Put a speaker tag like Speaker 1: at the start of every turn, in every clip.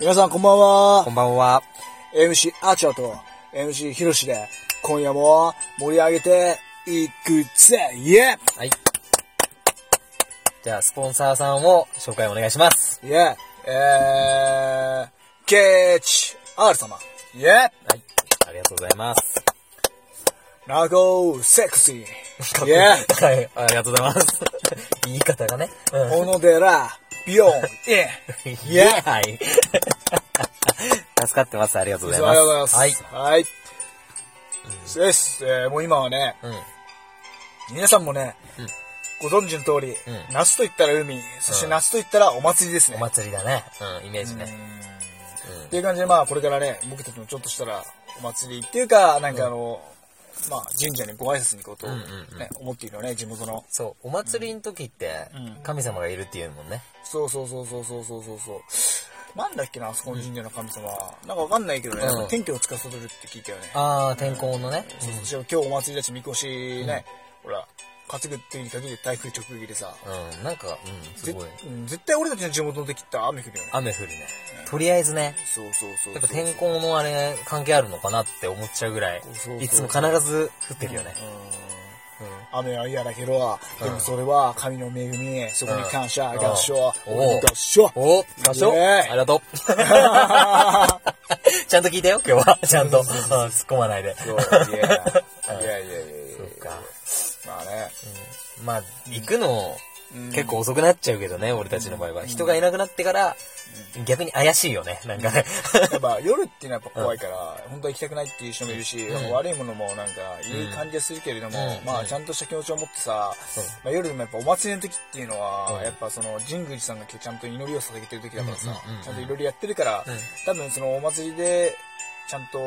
Speaker 1: 皆さんこんばんは
Speaker 2: こんばんは。
Speaker 1: MC アーチャーと MC ヒロシで今夜も盛り上げていくぜイェ
Speaker 2: はい。じゃあ、スポンサーさんを紹介お願いします。
Speaker 1: イイェえー、ケーチ R 様イェ
Speaker 2: はい。ありがとうございます。
Speaker 1: ナゴーセクシーイ
Speaker 2: かっこいい
Speaker 1: ェ
Speaker 2: はい。ありがとうございます。言い方がね。うん。
Speaker 1: 小野寺ビヨンイェ
Speaker 2: いやはい。 助かってます。ありがとうございます。
Speaker 1: ありがと
Speaker 2: はい
Speaker 1: うございます。。はい。です。えーもう今はね、
Speaker 2: うん。
Speaker 1: 皆さんもね、ご存知の通り、
Speaker 2: ん
Speaker 1: 夏と言ったら海、そして
Speaker 2: うん
Speaker 1: 夏と言ったらお祭りですね。
Speaker 2: お祭りだね。うん、イメージね。
Speaker 1: っていう感じで、まあ、これからね、僕たちもちょっとしたら、お祭りっていうか、なんかあの、まあ、神社にご挨拶に行こうと、ね
Speaker 2: んうん
Speaker 1: 思っているよね、地元の。
Speaker 2: そう、お祭りの時って
Speaker 1: うん、
Speaker 2: 神様がいるっていうもんね。
Speaker 1: そうそうそうそうそうそうそうそう。なんだっけな、あそこの神社の神様。なんかわかんないけどね、
Speaker 2: うん
Speaker 1: 天気を司るって聞いたよね。
Speaker 2: ああ、天候のね。
Speaker 1: そうそうそう今日お祭りだし、みこしね、ほら、担ぐってに限って台風直撃でさ、
Speaker 2: うん、なんか、うん、す
Speaker 1: ぜ
Speaker 2: ごい。
Speaker 1: うん絶対俺たちの地元の時って雨降るよね。
Speaker 2: 雨降るね。とりあえずね、
Speaker 1: そうそうそうそう。
Speaker 2: やっぱ天候のあれ、関係あるのかなって思っちゃうぐらい
Speaker 1: そうそう、
Speaker 2: いつも必ず降ってるよね。
Speaker 1: 雨は嫌だけど、でもそれは神の恵み、そこに感謝、
Speaker 2: うん
Speaker 1: 合唱、
Speaker 2: うん
Speaker 1: 合 唱。
Speaker 2: おお合唱
Speaker 1: イエーイ
Speaker 2: ありがとう ちゃんと聞いたよ、今日は。ちゃんと。うん突っ込まないで。
Speaker 1: そういやいやいやいやいや
Speaker 2: そっか。
Speaker 1: まあね、
Speaker 2: まあ、行くの、
Speaker 1: うん
Speaker 2: 結構遅くなっちゃうけどね、俺たちの場合は。人がいなくなってから、逆に怪しいよね、なんかね。
Speaker 1: やっぱ夜っていうのはやっぱ怖いから、本当は行きたくないっていう人もいるし、なんか悪いものもなんかいい感じがするけれども
Speaker 2: う、ん
Speaker 1: まあ
Speaker 2: うん
Speaker 1: ちゃんとした気持ちを持ってさ
Speaker 2: うん、
Speaker 1: まあ夜でもやっぱお祭りの時っていうのは
Speaker 2: う、ん
Speaker 1: やっぱその神宮寺さんがちゃんと祈りを捧げてる時だからさ
Speaker 2: うんうんうんう、ん
Speaker 1: ちゃんと祈りやってるから
Speaker 2: うん、
Speaker 1: 多分そのお祭りで、ちゃんと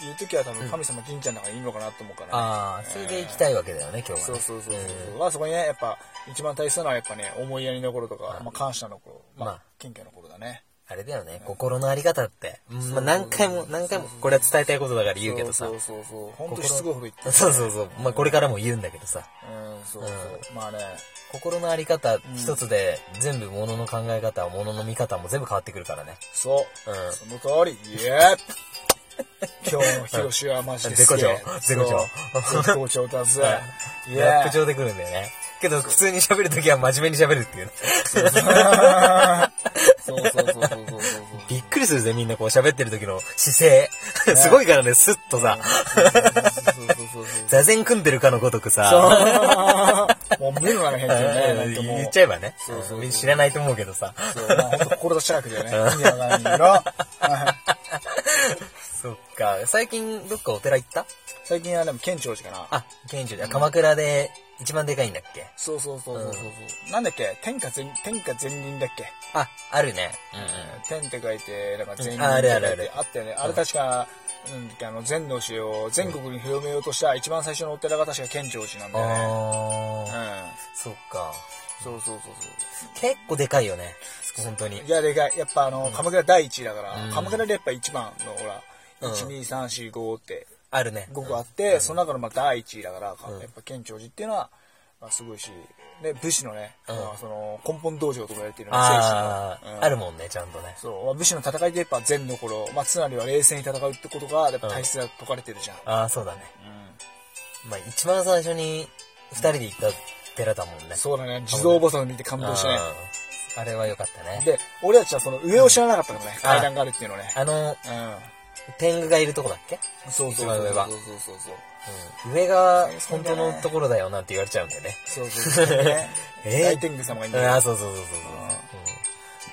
Speaker 1: 言う時は多分神様神社の中にいるのかなと思うから、
Speaker 2: ああ、それで行きたいわけだよね、今日はね。
Speaker 1: そうそうそうそう。まあそこにね、やっぱ、一番大切なのはやっぱね、思いやりの頃とか、まあ感謝の頃、ま
Speaker 2: ま
Speaker 1: あ
Speaker 2: あ、
Speaker 1: 謙虚の頃だね。
Speaker 2: あれだよね、心のあり方って。うんまあ、何回も、何回も、これは伝えたいことだから言うけどさ
Speaker 1: そ。うそうそう。本当しつこいほど言って。
Speaker 2: そうそうそう。まあ、これからも言うんだけどさ。
Speaker 1: うん、そうそう。まあね、
Speaker 2: 心のあり方一つで、全部物の考え方、物の見方も全部変わってくるからね。
Speaker 1: そうう。
Speaker 2: ん
Speaker 1: その通り、イエ ー今日のヒロシはマジで
Speaker 2: 絶好調
Speaker 1: すげえ
Speaker 2: 絶
Speaker 1: そう絶好調だ ぜ。イエ
Speaker 2: ラップ
Speaker 1: ー
Speaker 2: 上で来るんだよね。けど、普通に喋るときは真面目に喋るっていうね。
Speaker 1: そうそうそうそうそうそうそう。
Speaker 2: びっくりするぜ、みんなこう喋ってる時の姿勢。すごいからね、スッとさ、
Speaker 1: そうそうそうそう。
Speaker 2: 座禅組んでるかのごとくさ、
Speaker 1: そう。もう目の中に入ってるね、なんかもう
Speaker 2: 言っちゃえばね
Speaker 1: そうそうそう。
Speaker 2: みんな知らないと思うけどさ。
Speaker 1: そう、まあ、ほんと、志高くだよね。意味わかんないけど。
Speaker 2: そっか、最近どっかお寺行った
Speaker 1: 最近はでも、県庁寺かな。
Speaker 2: あ、県庁で、鎌倉で一番でかいんだっけ
Speaker 1: そうそうそうそうそうそう、なんだっけ天下全、天下全輪だっけ、
Speaker 2: あ、あるね。
Speaker 1: 天って書いて、なんか全
Speaker 2: うん
Speaker 1: 輪
Speaker 2: あ
Speaker 1: っ
Speaker 2: あ
Speaker 1: て書
Speaker 2: る
Speaker 1: いて
Speaker 2: あるある
Speaker 1: あったよね。あれ確か、うん、なんかあの、全道師を全国に広めようとした一番最初のお寺が確か県庁寺なんだよね。う
Speaker 2: あー、
Speaker 1: ん。
Speaker 2: そっか。
Speaker 1: そうそうそう
Speaker 2: 結構でかいよね。本当に
Speaker 1: そう。い。や、でかい。やっぱあの、鎌倉第一だから、
Speaker 2: うん
Speaker 1: 鎌倉でやっぱ一番の、ほら、
Speaker 2: うん
Speaker 1: 1、2、3、4、5って、
Speaker 2: あるね。
Speaker 1: 5個あって、その中のまあ第一位だから、やっぱ県庁寺っていうのは、まあ、すごいし、で武士のね、
Speaker 2: うん
Speaker 1: まあ、その根本道場とか言われてるような
Speaker 2: あ
Speaker 1: 精神のうん
Speaker 2: あ、あるもんね、ちゃんとね。
Speaker 1: そう、まあ武士の戦いでやっぱ禅の頃、まあ、つまりは冷静に戦うってことが、やっぱ大切だと説かれてるじゃん。
Speaker 2: ああ、そうだね。
Speaker 1: う
Speaker 2: まあ、一番最初に二人で行った寺だもんね。
Speaker 1: ん、そうだね、地蔵おばさん見て感動してね。
Speaker 2: うんあれは良かったね。
Speaker 1: で、俺たちはその上を知らなかったのね、
Speaker 2: あ
Speaker 1: 階段があるっていうのね。
Speaker 2: あの、
Speaker 1: う
Speaker 2: 天狗がいるとこだっけ、
Speaker 1: ん。そうそうそう
Speaker 2: 一番上は
Speaker 1: そうそうそうそう。
Speaker 2: 上が本当のところだよなんて言われちゃうんだよね。
Speaker 1: そう そうそう。ね
Speaker 2: えー
Speaker 1: 大天狗様がいるんだよ
Speaker 2: ああ、そうそうそうそう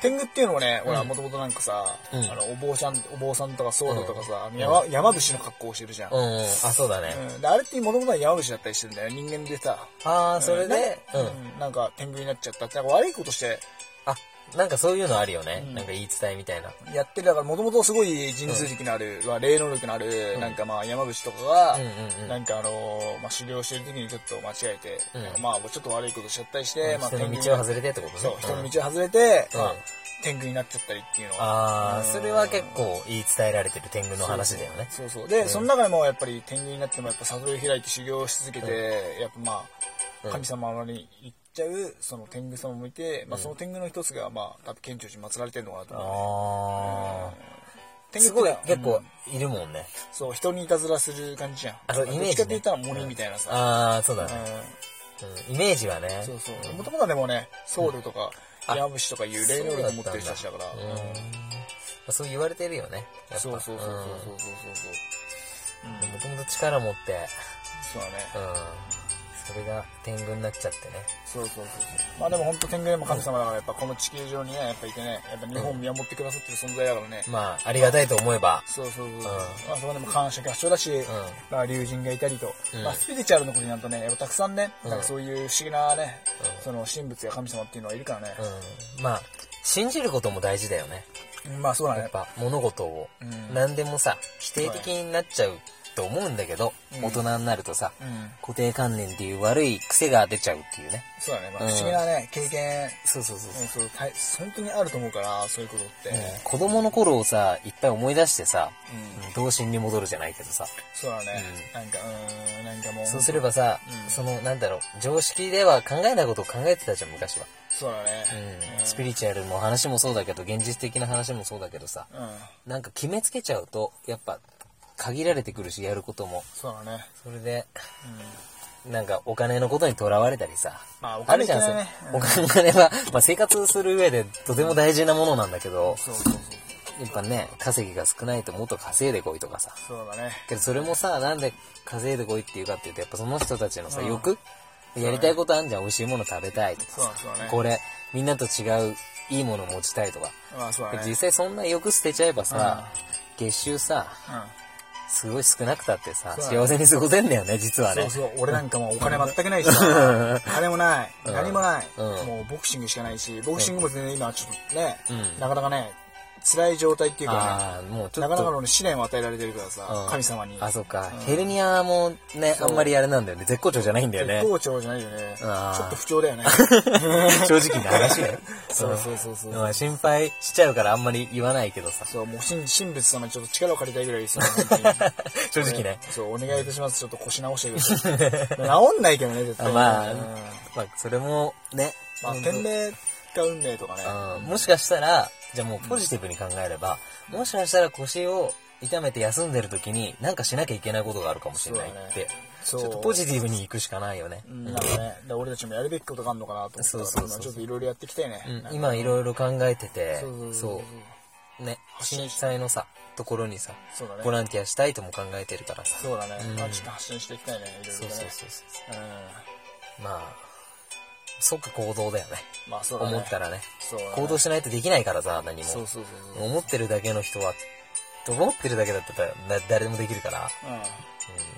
Speaker 1: 天狗っていうのもね、ほら、もともとなんかさ、
Speaker 2: うん
Speaker 1: あの、お坊ちゃん、お坊さんとか僧侶とかさ、あの山、山伏の格好をしてるじゃん。
Speaker 2: そう。うん。うん、あ、そうだね。
Speaker 1: うん。で、あれってもともとは山伏だったりしてんだよ。人間でさ、
Speaker 2: ああ、それで、
Speaker 1: う
Speaker 2: うんん。
Speaker 1: うん。なんか天狗になっちゃったって、なんか悪いことして
Speaker 2: あ、なんかそういうのあるよね。なんか言い伝えみたいな。
Speaker 1: やってる。だから、もともとすごい神通力のある、は霊能力のある、なんかまあ山伏とかが
Speaker 2: うん、うんうん。
Speaker 1: なんかあのーまあ修行してる時にちょっと間違えて、
Speaker 2: うん
Speaker 1: なんかまあちょっと悪いことしちゃったりして、まあ
Speaker 2: 人
Speaker 1: 天
Speaker 2: の
Speaker 1: 狗に
Speaker 2: 道を外れてってことね。
Speaker 1: そう、人
Speaker 2: うん
Speaker 1: の道を外れて、
Speaker 2: うん
Speaker 1: まあ天狗になっちゃったりっていうのは。
Speaker 2: ああ、それは結構言い伝えられてる天狗の話だよね。
Speaker 1: そうそう。で、その中でもやっぱり天狗になってもやっぱ悟りを開いて修行し続けて、やっぱまあ、神様に行っちゃうその天狗様もいて、まあ、その天狗の一つが、まあ、多分県庁に祀られてるのかなと思う。
Speaker 2: あー。
Speaker 1: 天
Speaker 2: す
Speaker 1: 狗っ
Speaker 2: ご
Speaker 1: て
Speaker 2: い、結
Speaker 1: うん
Speaker 2: 構いるもんね。
Speaker 1: そう、人にいたずらする感じじゃん。
Speaker 2: あそうイメージね
Speaker 1: どっちかって言ったら森みたいなさ。
Speaker 2: あー、そうだ
Speaker 1: う
Speaker 2: ね。
Speaker 1: ん
Speaker 2: うんイメージはね。
Speaker 1: そうそう。もともとはでもね、僧侶とか、山伏とかいう霊能力を持ってる人たちだから。
Speaker 2: うん
Speaker 1: うん
Speaker 2: そう言われてるよね。やっぱ
Speaker 1: そうそうそうそうそうそうそう。
Speaker 2: うんもともと力持って、
Speaker 1: そうだね。
Speaker 2: うん。それが天狗になっちゃってね。
Speaker 1: そうそうそうそう。まあでも本当天狗でも神様だからやっぱこの地球上にね、やっぱいてね、やっぱ日本を見守ってくださってる存在だからね。
Speaker 2: まあ、ありがたいと思えば。
Speaker 1: そうそうそう。まあそこでも感謝合唱だし、まあ竜神がいたりと、
Speaker 2: うん
Speaker 1: まあスピリチュアルのことになるとね、やっぱたくさんね、
Speaker 2: うん
Speaker 1: なんかそういう不思議なね、
Speaker 2: うん
Speaker 1: その神仏や神様っていうのはいるからね。
Speaker 2: うん。まあ、信じることも大事だよね。
Speaker 1: うんまあそうだ
Speaker 2: やっ
Speaker 1: ね。
Speaker 2: ぱ物事を
Speaker 1: うん
Speaker 2: 何でもさ否定的になっちゃうと思うんだけど、
Speaker 1: うん
Speaker 2: 大人になるとさ、
Speaker 1: うん。
Speaker 2: 固定観念っていう悪い癖が出ちゃうっていうね
Speaker 1: そうだね。ま
Speaker 2: う
Speaker 1: あ
Speaker 2: ん
Speaker 1: 不思議なね、経験、
Speaker 2: そうそうそう
Speaker 1: う
Speaker 2: そ
Speaker 1: ん、そう、大本当にあると思うから、そういうことって。
Speaker 2: う、子供の頃をさいっぱい思い出してさ、
Speaker 1: うん
Speaker 2: 童心に戻るじゃないけどさ、
Speaker 1: そうだね。なんか、うん、なんかもう。
Speaker 2: そうすればさ、
Speaker 1: うん
Speaker 2: そのなんだろう常識では考えないことを考えてたじゃん昔は、
Speaker 1: そうだね。
Speaker 2: うん、スピリチュアルの話もそうだけど現実的な話もそうだけどさ
Speaker 1: うん。うん。
Speaker 2: なんか決めつけちゃうとやっぱ限られてくるしやることも
Speaker 1: そうだね。
Speaker 2: それで
Speaker 1: うん。
Speaker 2: なんかお金のことにとらわれたりさ。
Speaker 1: まあお金
Speaker 2: るじゃん、
Speaker 1: いけないね
Speaker 2: お金は、まあ生活する上でとても大事なものなんだけど、
Speaker 1: そうそうそう。
Speaker 2: やっぱね、稼ぎが少ないともっと稼いでこいとかさ。
Speaker 1: そうだね。
Speaker 2: けどそれもさ、なんで稼いでこいっていうかっていうと、やっぱその人たちのさ、
Speaker 1: うん
Speaker 2: 欲やりたいことあんじゃん。美味しいもの食べたいと
Speaker 1: そう
Speaker 2: か
Speaker 1: だそうだ
Speaker 2: さ。
Speaker 1: ね。
Speaker 2: これ、みんなと違ういいもの持ちたいとか。
Speaker 1: まあそうだね。
Speaker 2: 実際そんな欲捨てちゃえばさ、月収さ、すごい少なくたってさ、
Speaker 1: そうだね
Speaker 2: 幸せに過ごせんだよね、実は
Speaker 1: う
Speaker 2: ね
Speaker 1: ん。。そうそう。俺なんかもうお金全くないし さ。金もない。
Speaker 2: うん
Speaker 1: 何もない。
Speaker 2: うん
Speaker 1: もうボクシングしかないし、ボクシングも全然今ちょっとね
Speaker 2: うん、
Speaker 1: なかなかね、辛い状態っていうか、
Speaker 2: ああ、もうちょ
Speaker 1: な
Speaker 2: っ
Speaker 1: かなか
Speaker 2: と
Speaker 1: のね試練を与えられてるからさ
Speaker 2: うん、
Speaker 1: 神様に。
Speaker 2: あ、そっか
Speaker 1: うん。
Speaker 2: ヘルニアもね、あんまりあれなんだよね。絶好調じゃないんだよね
Speaker 1: 絶。好調じゃないよね。ちょ
Speaker 2: あー
Speaker 1: っと不調だよ ね。
Speaker 2: 正直な話だよ。
Speaker 1: そうそうそうそう。
Speaker 2: まあ心配しちゃうからあんまり言わないけどさ。
Speaker 1: そう、もう神、神仏様にちょっと力を借りたいぐらい ですよ、本当に
Speaker 2: 正直ね。
Speaker 1: そう、お願いいたします。ちょっと腰直してくだ さい。治んないけどね、絶対。
Speaker 2: あまあ
Speaker 1: うん
Speaker 2: まあ、それもね。
Speaker 1: まあ、
Speaker 2: 本当
Speaker 1: 天命か運命とかね。
Speaker 2: うんもしかしたら、じゃあもうポジティブに考えれば、もしかしたら腰を痛めて休んでる時になんかしなきゃいけないことがあるかもしれない
Speaker 1: そうだ
Speaker 2: っ
Speaker 1: ね
Speaker 2: て。ち
Speaker 1: そう
Speaker 2: ょっとポジティブに行くしかないよね。
Speaker 1: うんなんかね、だから俺たちもやるべきことがあるのかなと思ったから
Speaker 2: そうそうそう
Speaker 1: まあちょっといろいろやっていきたいね。
Speaker 2: うん
Speaker 1: なんか
Speaker 2: 今いろいろ考えてて
Speaker 1: そうそう、そう
Speaker 2: そう。ね、震災のさ、ところにさ、
Speaker 1: そうだね
Speaker 2: ボランティアしたいとも考えてるからさ。
Speaker 1: そうだね
Speaker 2: うん。
Speaker 1: まあちょっと発信していきたいね、いろい
Speaker 2: そ
Speaker 1: ろ
Speaker 2: う
Speaker 1: ね
Speaker 2: そうそう
Speaker 1: うん
Speaker 2: そ。う。まあ、即行動だよね。
Speaker 1: まあそうだね。
Speaker 2: 思ったらね。
Speaker 1: そうだね。
Speaker 2: 行動しないとできないからさ、何
Speaker 1: そう
Speaker 2: も。
Speaker 1: そうそうそう。
Speaker 2: 思ってるだけの人は、思ってるだけだったらな誰でもできるから、
Speaker 1: うん。
Speaker 2: うん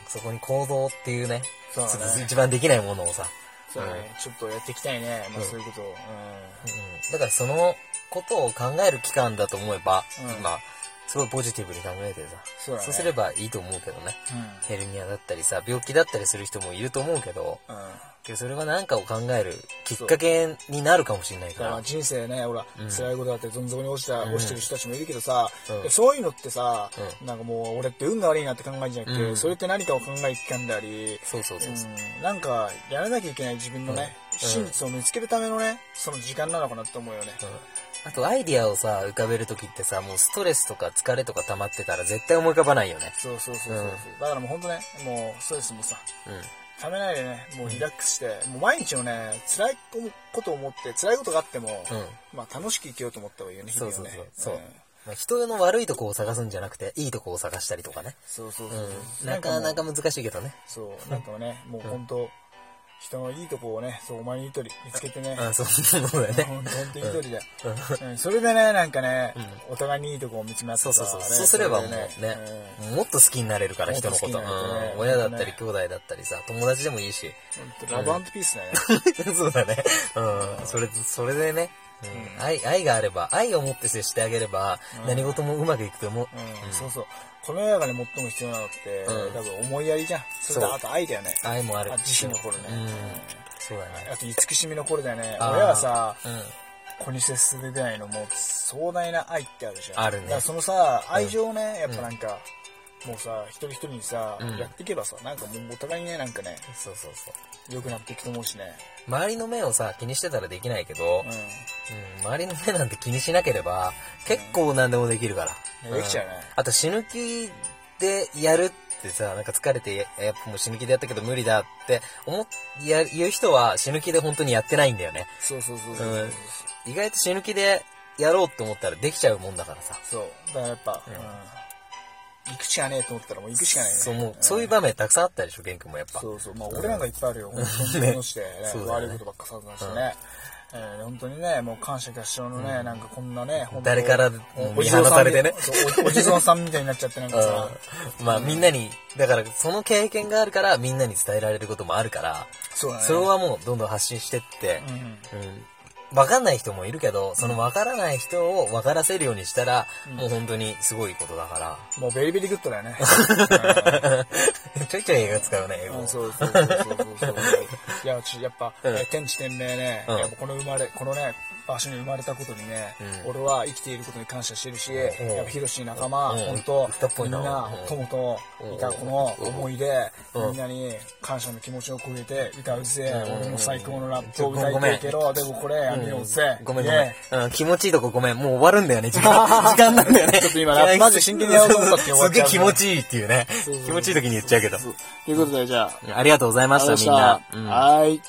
Speaker 2: そこに行動っていうね、
Speaker 1: そうだね
Speaker 2: 一番できないものをさ、
Speaker 1: そうだね。ちょっとやっていきたいね。まあそういうことを。うん
Speaker 2: うんだからそのことを考える期間だと思えば、
Speaker 1: うん
Speaker 2: 今、すごいポジティブに考えてさ、
Speaker 1: そうだね。
Speaker 2: そうすればいいと思うけどね。
Speaker 1: う
Speaker 2: ヘルニアだったりさ、病気だったりする人もいると思うけど、
Speaker 1: ん。うん。
Speaker 2: けどそれは何かを考えるきっかけになるかもしれないか。
Speaker 1: だからら人生ね、ほら、
Speaker 2: うん
Speaker 1: 辛いことだってどん底に落ちた、
Speaker 2: うん
Speaker 1: 落ちてる人たちもいるけどさ、
Speaker 2: うん
Speaker 1: でそういうのってさ、
Speaker 2: う
Speaker 1: なんかもう俺って運が悪いなって考えるんじゃなくて、
Speaker 2: うん
Speaker 1: それって何かを考える期間であり、
Speaker 2: そうそうそうそう。
Speaker 1: うんなんかやらなきゃいけない自分のね、
Speaker 2: うん
Speaker 1: 真実を見つけるためのね、その時間なのかなって思うよね。
Speaker 2: あとアイディアをさ、浮かべるときってさ、もうストレスとか疲れとか溜まってたら絶対思い浮かばないよね。
Speaker 1: そうそうそうそう。
Speaker 2: うん
Speaker 1: だからもうほんとね、もうストレスもさ、
Speaker 2: うん。
Speaker 1: ためないでね、もうリラックスして、もう毎日のね、辛いことを思って、辛いことがあっても、
Speaker 2: うん
Speaker 1: まあ楽しく生きようと思った方がいいよね、日
Speaker 2: そう
Speaker 1: 々を
Speaker 2: そう
Speaker 1: ね
Speaker 2: そう。。そう
Speaker 1: うん。
Speaker 2: まあ人の悪いとこを探すんじゃなくて、いいとこを探したりとかね。
Speaker 1: そうそうそう
Speaker 2: う
Speaker 1: そう。
Speaker 2: ん。なかなか難しいけどね。
Speaker 1: そう、なんかね、もう本当、人のいいとこをね、そう、お前の言う通り見つけてね、
Speaker 2: うん、そうそうだよね。
Speaker 1: 本当に言う通りだよ。うんそれでね、なんかね、お互いにいいとこを見つめ合って
Speaker 2: そ
Speaker 1: さ
Speaker 2: うそうそう。
Speaker 1: ね
Speaker 2: そうすればもう
Speaker 1: それ
Speaker 2: ね
Speaker 1: で、
Speaker 2: もっと好きになれるから、
Speaker 1: もっと
Speaker 2: 人
Speaker 1: 好
Speaker 2: の
Speaker 1: き
Speaker 2: こ
Speaker 1: に
Speaker 2: と。う
Speaker 1: なれてね
Speaker 2: ん親だったり
Speaker 1: 本
Speaker 2: 兄弟だったりさ、友達でもいいし。
Speaker 1: うんラブアンドピースだよね。
Speaker 2: そうだね。うん。それ、それでね、うん、愛、愛があれば、愛を持って接してあげれば、何事もうまくいくと思う。
Speaker 1: うんそうそう。この世の中で最も必要なのって、
Speaker 2: うん
Speaker 1: 多分思いやりじゃん。それと
Speaker 2: そう
Speaker 1: あと愛だよね。
Speaker 2: 愛もある
Speaker 1: あ。自身の頃ね。
Speaker 2: うん
Speaker 1: う
Speaker 2: そうだね
Speaker 1: ん。あと慈しみの頃だよね。
Speaker 2: あー
Speaker 1: 親はさ、
Speaker 2: うん。
Speaker 1: 子に接するぐらいのもう壮大な愛ってあるじゃん。
Speaker 2: あるね
Speaker 1: だからそのさ、愛情をね、やっぱなんか、もうさ、一人一人にさ、
Speaker 2: うん
Speaker 1: やっていけばさ、なんかもうお互いね、なんかね、
Speaker 2: そうそうそう。
Speaker 1: 良くなっていくと思うしね。
Speaker 2: 周りの目をさ、気にしてたらできないけど、
Speaker 1: うん。
Speaker 2: うん、周りの目なんて気にしなければ、結構何でもできるから。
Speaker 1: ねできちゃうね
Speaker 2: んあと死ぬ気でやるってさ、なんか疲れて、ややっぱもう死ぬ気でやったけど無理だって思っ、や、言う人は死ぬ気で本当にやってないんだよね。
Speaker 1: そうそうそうそう。
Speaker 2: うん。意外と死ぬ気でやろうって思ったらできちゃうもんだからさ。
Speaker 1: そう。だからやっぱ、
Speaker 2: う
Speaker 1: うんん。行くしかねえと思ったらもう行くしかないね。
Speaker 2: そう、もう、
Speaker 1: ん
Speaker 2: そういう場面たくさんあったでしょ、玄君もやっぱ。
Speaker 1: そうそう。まあ、俺なんかいっぱいあるよ。本当に
Speaker 2: ね
Speaker 1: 楽して、ね
Speaker 2: そう だよね
Speaker 1: 悪いことばっか散々してね。えー本当にね、もう感謝合唱のね、なんかこんなね、本当
Speaker 2: 誰からも見放されてね
Speaker 1: おお地蔵さんみたいになっちゃってなんかさ、
Speaker 2: うんまあみんなに、だからその経験があるからみんなに伝えられることもあるから、
Speaker 1: そうだね。
Speaker 2: それはもうどんどん発信してって
Speaker 1: う、ん。
Speaker 2: うん。わかんない人もいるけど、そのわからない人をわからせるようにしたら、もう本当にすごいこと だか
Speaker 1: もうベリベリグッドだよ ね。
Speaker 2: ら。ちょいちょい映画使うね、英
Speaker 1: う
Speaker 2: 語
Speaker 1: ん、。そうそうそうそう そう。いや、ちょやっぱ、
Speaker 2: うん
Speaker 1: 天地天命ね、
Speaker 2: うん
Speaker 1: やっぱこの生まれ、このね、場所に生まれたことにね、
Speaker 2: うん
Speaker 1: 俺は生きていることに感謝してるし、
Speaker 2: ん
Speaker 1: やっぱヒロシ仲間、
Speaker 2: うん
Speaker 1: 本当
Speaker 2: 歌っ、ぽい
Speaker 1: みん
Speaker 2: な
Speaker 1: な
Speaker 2: うん、
Speaker 1: 友といたこの思いで、みんなに感謝の気持ちを込めて、歌うぜ、
Speaker 2: ん
Speaker 1: 俺の最高のラップを
Speaker 2: ちょ
Speaker 1: 歌いたいけど、でもこれやめようぜ。
Speaker 2: ごめんご
Speaker 1: イ
Speaker 2: め
Speaker 1: エイ
Speaker 2: ん。うん、気持ちいいとこごめん。もう終わるんだよね、時間。 時間なんだよね。
Speaker 1: ちょっと今 ラップマジ真剣にやろうと思ったって終わっ
Speaker 2: す
Speaker 1: ち
Speaker 2: げ
Speaker 1: ゃ
Speaker 2: え
Speaker 1: う
Speaker 2: 気持ちいいっていうね
Speaker 1: そう。そう
Speaker 2: 気持ちいい時に言っちゃうけど。
Speaker 1: ということで、じゃあ、
Speaker 2: ありがとうございました、みんな。うん
Speaker 1: はい。